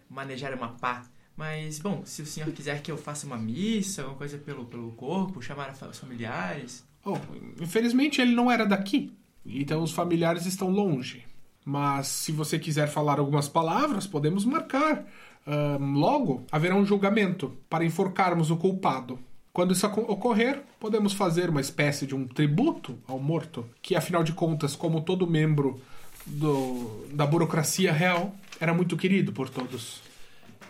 Speaker 8: manejar uma pá. Mas, bom, se o senhor quiser que eu faça uma missa, alguma coisa pelo, pelo corpo, chamar a fa- os familiares.
Speaker 6: Oh, infelizmente ele não era daqui, então os familiares estão longe. Mas se você quiser falar algumas palavras, podemos marcar. Ahn, logo haverá um julgamento para enforcarmos o culpado. Quando isso aco- ocorrer, podemos fazer uma espécie de um tributo ao morto, que afinal de contas, como todo membro do- da burocracia real, era muito querido por todos.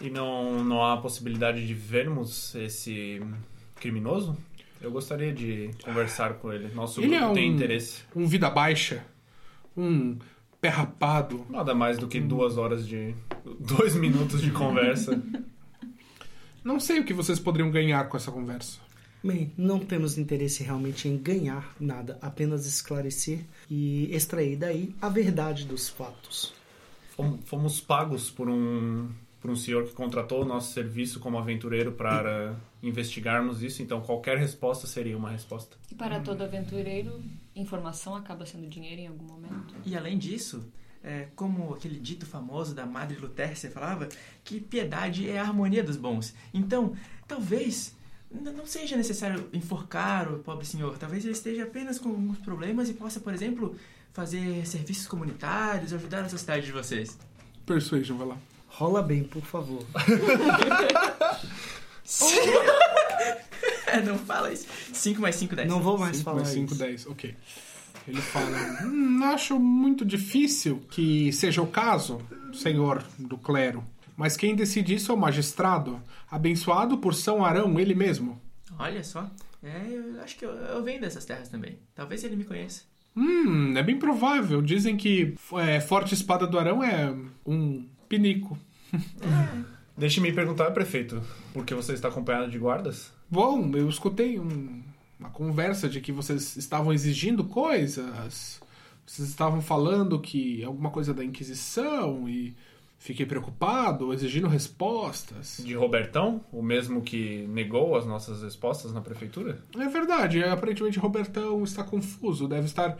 Speaker 10: E não, não há possibilidade de vermos esse criminoso? Eu gostaria de conversar com ele. Nosso
Speaker 6: Ele
Speaker 10: grupo
Speaker 6: é
Speaker 10: tem
Speaker 6: um-
Speaker 10: interesse.
Speaker 6: Um vida baixa, um pé rapado,
Speaker 10: Nada mais do
Speaker 6: um
Speaker 10: que duas horas de. dois minutos de conversa.
Speaker 6: Não sei o que vocês poderiam ganhar com essa conversa.
Speaker 9: Bem, não temos interesse realmente em ganhar nada, apenas esclarecer e extrair daí a verdade dos fatos.
Speaker 10: Fom- Fomos pagos por um, por um senhor que contratou o nosso serviço como aventureiro para investigarmos isso, então qualquer resposta seria uma resposta.
Speaker 7: E
Speaker 5: Hum.
Speaker 7: para todo aventureiro, informação acaba sendo dinheiro em algum momento.
Speaker 8: E além disso, é, como aquele dito famoso da Madre Lutécia falava, que piedade é a harmonia dos bons. Então, talvez n- não seja necessário enforcar o pobre senhor. Talvez ele esteja apenas com alguns problemas e possa, por exemplo, fazer serviços comunitários, ajudar a sociedade de vocês.
Speaker 6: Persuasion, vai lá.
Speaker 9: Rola bem, por favor.
Speaker 8: É, não fala isso. 5 mais 5, 10.
Speaker 9: Não vou mais
Speaker 6: 5
Speaker 9: falar
Speaker 6: mais 5,
Speaker 9: isso.
Speaker 6: 10, ok. Ele fala: Hum, acho muito difícil que seja o caso, senhor do clero. Mas quem decide isso é o magistrado, abençoado por São Arão, ele mesmo.
Speaker 8: Olha só. É, eu acho que eu, eu venho dessas terras também. Talvez ele me conheça.
Speaker 6: Hum, é bem provável. Dizem que é, Forte Espada do Arão é um pinico.
Speaker 10: Deixe-me perguntar, prefeito, por que você está acompanhado de guardas?
Speaker 6: Bom, eu escutei um- uma conversa de que vocês estavam exigindo coisas. Vocês estavam falando que alguma coisa da Inquisição e fiquei preocupado, exigindo respostas.
Speaker 10: De Robertão, o mesmo que negou as nossas respostas na prefeitura?
Speaker 6: É verdade, é, aparentemente Robertão está confuso, deve estar,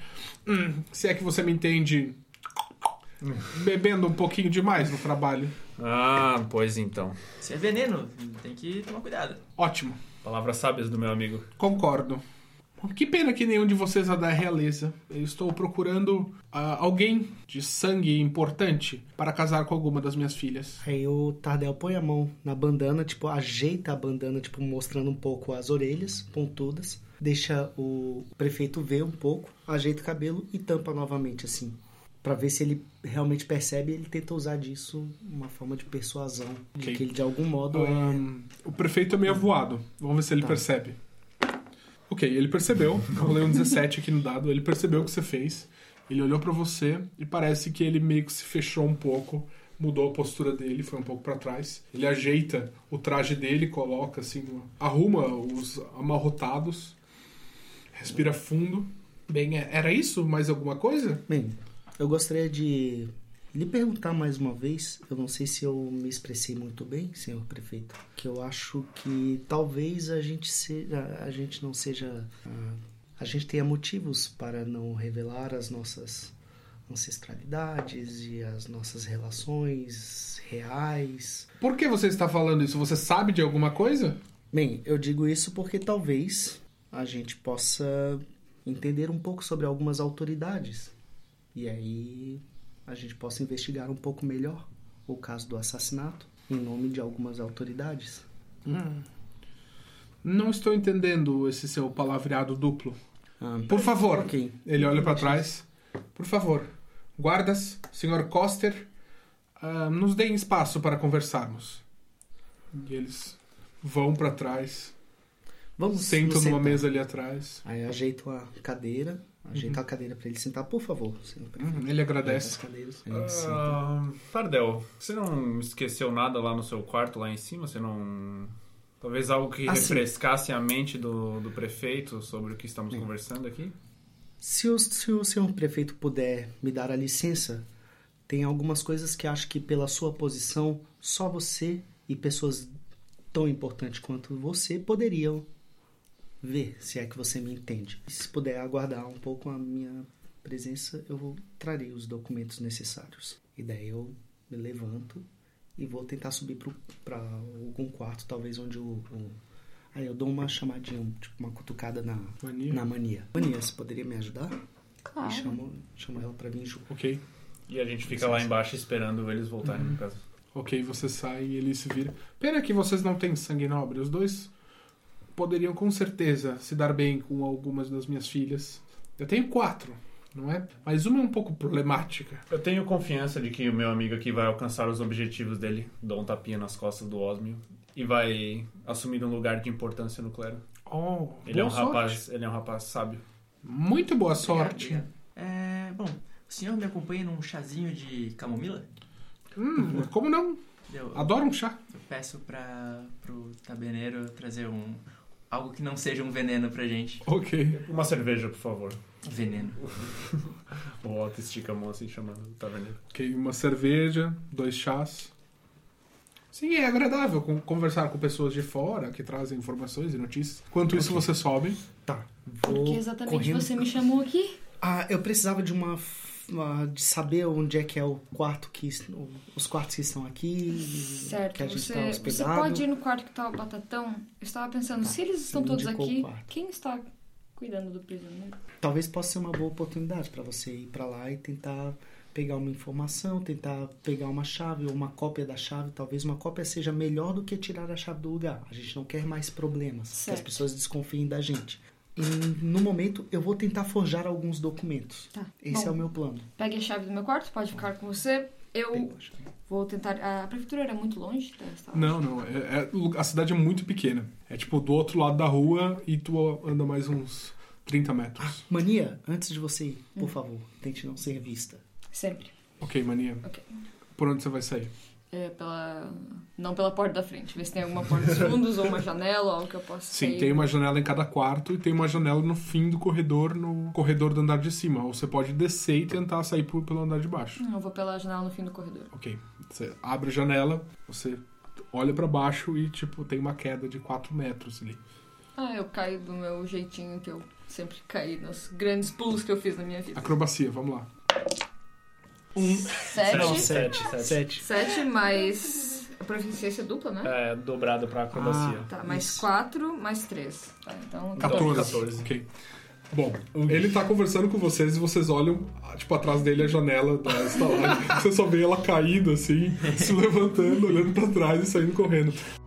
Speaker 6: hum, se é que você me entende, bebendo um pouquinho demais no trabalho.
Speaker 10: Ah, pois então.
Speaker 8: Se é veneno, tem que tomar cuidado.
Speaker 6: Ótimo,
Speaker 10: Palavras sábias do meu amigo.
Speaker 6: concordo. Que pena que nenhum de vocês é da realeza. Eu estou procurando ah, alguém de sangue importante para casar com alguma das minhas filhas.
Speaker 9: Aí o Tardel põe a mão na bandana, tipo, ajeita a bandana, tipo, mostrando um pouco as orelhas pontudas. Deixa o prefeito ver um pouco, ajeita o cabelo e tampa novamente, assim. Pra ver se ele realmente percebe e ele tenta usar disso uma forma de persuasão.
Speaker 6: Ok. Então,
Speaker 9: De que ele, de algum modo, é...
Speaker 6: Ahn, o prefeito é meio avoado. Vamos ver se ele percebe. Ok, ele percebeu. Eu rolei um 17 aqui no dado. Ele percebeu o que você fez. Ele olhou pra você e parece que ele meio que se fechou um pouco. Mudou a postura dele, foi um pouco pra trás. Ele ajeita o traje dele, coloca assim, arruma os amarrotados, respira fundo. Bem, é- era isso? Mais alguma coisa?
Speaker 9: Bem, eu gostaria de lhe perguntar mais uma vez. Eu não sei se eu me expressei muito bem, senhor prefeito. Que eu acho que talvez a gente seja, a gente não seja, ah, a gente tenha motivos para não revelar as nossas ancestralidades e as nossas relações reais.
Speaker 6: Por que você está falando isso? Você sabe de alguma coisa?
Speaker 9: Bem, eu digo isso porque talvez a gente possa entender um pouco sobre algumas autoridades. E aí a gente possa investigar um pouco melhor o caso do assassinato em nome de algumas autoridades.
Speaker 6: Não estou entendendo esse seu palavreado duplo.
Speaker 9: Ah,
Speaker 6: Por favor.
Speaker 9: ok.
Speaker 6: Ele olha pra trás. Por favor, guardas, senhor Coster, ah, nos deem espaço para conversarmos. E eles vão pra trás,
Speaker 9: Vamos
Speaker 6: sentam
Speaker 9: nos
Speaker 6: numa
Speaker 9: sentar.
Speaker 6: mesa ali atrás.
Speaker 9: Aí eu ajeito a cadeira, ajeito a cadeira pra ele sentar, por favor. senhor prefeito.
Speaker 6: Hum, Ele
Speaker 9: Ajeita as
Speaker 6: agradece.
Speaker 9: cadeiras. Aí ele senta.
Speaker 10: Ah, Tardel, você não esqueceu nada lá no seu quarto, lá em cima? Você não. Talvez algo que
Speaker 9: Ah, sim.
Speaker 10: refrescasse a mente do, do prefeito sobre o que estamos conversando aqui?
Speaker 9: Se o, se o senhor prefeito puder me dar a licença, tem algumas coisas que acho que, pela sua posição, só você e pessoas tão importantes quanto você poderiam ver, se é que você me entende. E se puder aguardar um pouco a minha presença, eu vou- trarei os documentos necessários. E daí eu me levanto e vou tentar subir para algum quarto, talvez onde o. o... Aí eu dou uma chamadinha, tipo uma cutucada na
Speaker 6: Mania.
Speaker 9: na mania. Mania, você poderia me ajudar? E
Speaker 5: Claro.
Speaker 9: chamou, chamou ela pra mim junto.
Speaker 6: Ok,
Speaker 10: E a gente fica lá embaixo esperando eles voltarem no caso.
Speaker 6: ok, você sai e ele se vira. Pena que vocês não têm sangue nobre. Os dois poderiam com certeza se dar bem com algumas das minhas filhas. Eu tenho quatro, não é? Mas uma é um pouco problemática.
Speaker 10: Eu tenho confiança de que o meu amigo aqui vai alcançar os objetivos dele. Dou um tapinha nas costas do Osmio. E vai assumir um lugar de importância no clero.
Speaker 6: Oh,
Speaker 10: Ele é um
Speaker 6: boa sorte.
Speaker 10: rapaz, ele é um rapaz sábio.
Speaker 6: Muito boa sorte.
Speaker 8: Obrigado. É, bom, o senhor me acompanha num chazinho de camomila?
Speaker 6: Hum, como não?
Speaker 8: Eu,
Speaker 9: Ah.
Speaker 6: Adoro um chá.
Speaker 8: eu peço para pro taberneiro trazer um algo que não seja um veneno pra gente.
Speaker 6: Ok.
Speaker 10: Uma cerveja, por favor.
Speaker 8: Veneno.
Speaker 10: O Otto estica a mão assim, chamando o taverneiro.
Speaker 6: Ok, uma cerveja, dois chás. Sim, é agradável con- conversar com pessoas de fora que trazem informações e notícias. Enquanto isso, você sobe.
Speaker 9: Tá.
Speaker 7: Por
Speaker 9: Vou
Speaker 7: que exatamente
Speaker 9: correndo.
Speaker 5: [laughs]
Speaker 7: você me chamou aqui?
Speaker 9: Ah, eu precisava de uma, f- uma- de saber onde é que é o quarto que es- o- os quartos que estão aqui,
Speaker 5: Certo,
Speaker 9: que a gente
Speaker 5: você,
Speaker 9: tá
Speaker 5: você
Speaker 9: hospedado. Tá,
Speaker 5: pode ir no quarto que tá o Batatão? Eu estava pensando, se eles estão
Speaker 9: você
Speaker 5: todos
Speaker 9: indicou o
Speaker 5: aqui,
Speaker 9: quarto.
Speaker 5: quem está cuidando do né? prisioneiro?
Speaker 9: Talvez possa ser uma boa oportunidade pra você ir pra lá e tentar pegar uma informação, tentar pegar uma chave ou uma cópia da chave. Talvez uma cópia seja melhor do que tirar a chave do lugar. A gente não quer mais problemas, que
Speaker 7: Certo.
Speaker 9: as pessoas desconfiem da gente. E, no momento, eu vou tentar forjar alguns documentos.
Speaker 5: Tá.
Speaker 9: Esse é
Speaker 5: Bom,
Speaker 9: o meu plano.
Speaker 5: Pegue a chave do meu quarto, pode ficar com você. Eu
Speaker 9: Pego a chave.
Speaker 5: vou tentar. A prefeitura era muito longe tá? da sala?
Speaker 6: Não, não. é- é- a cidade é muito pequena. É tipo do outro lado da rua e tu anda mais uns 30 metros.
Speaker 9: Mania, antes de você ir,
Speaker 5: Hum.
Speaker 9: por favor, tente não ser vista.
Speaker 5: Sempre.
Speaker 6: Ah. Ok, mania.
Speaker 5: Ok.
Speaker 6: Por onde você vai sair?
Speaker 7: É, pela...
Speaker 5: Não pela porta da frente. Vê se tem alguma porta dos fundos ou uma janela ou algo que eu possa
Speaker 6: Sim,
Speaker 5: sair.
Speaker 6: tem uma janela em cada quarto e tem uma janela no fim do corredor, no corredor do andar de cima. Ou você pode descer e tentar sair por- pelo andar de baixo.
Speaker 5: Hum, Eu vou pela janela no fim do corredor.
Speaker 6: Ok. Você abre a janela, você olha pra baixo e, tipo, tem uma queda de 4 metros ali.
Speaker 5: Ah, eu caio do meu jeitinho que eu sempre caí nos grandes pulos que eu fiz na minha vida.
Speaker 6: Acrobacia, vamos lá.
Speaker 5: Sete.
Speaker 10: Não,
Speaker 5: sete.
Speaker 10: sete, sete.
Speaker 9: Sete.
Speaker 5: mais. A proficiência dupla, né?
Speaker 10: É, dobrado pra acrobacia.
Speaker 5: Tá, mais quatro, mais três. Tá, então.
Speaker 6: 14.
Speaker 10: 14.
Speaker 6: Ok. Bom, ele tá conversando com vocês e vocês olham, ah, tipo, atrás dele a janela da estalagem. Você só vê ela caindo, assim, se levantando, olhando pra trás e saindo correndo.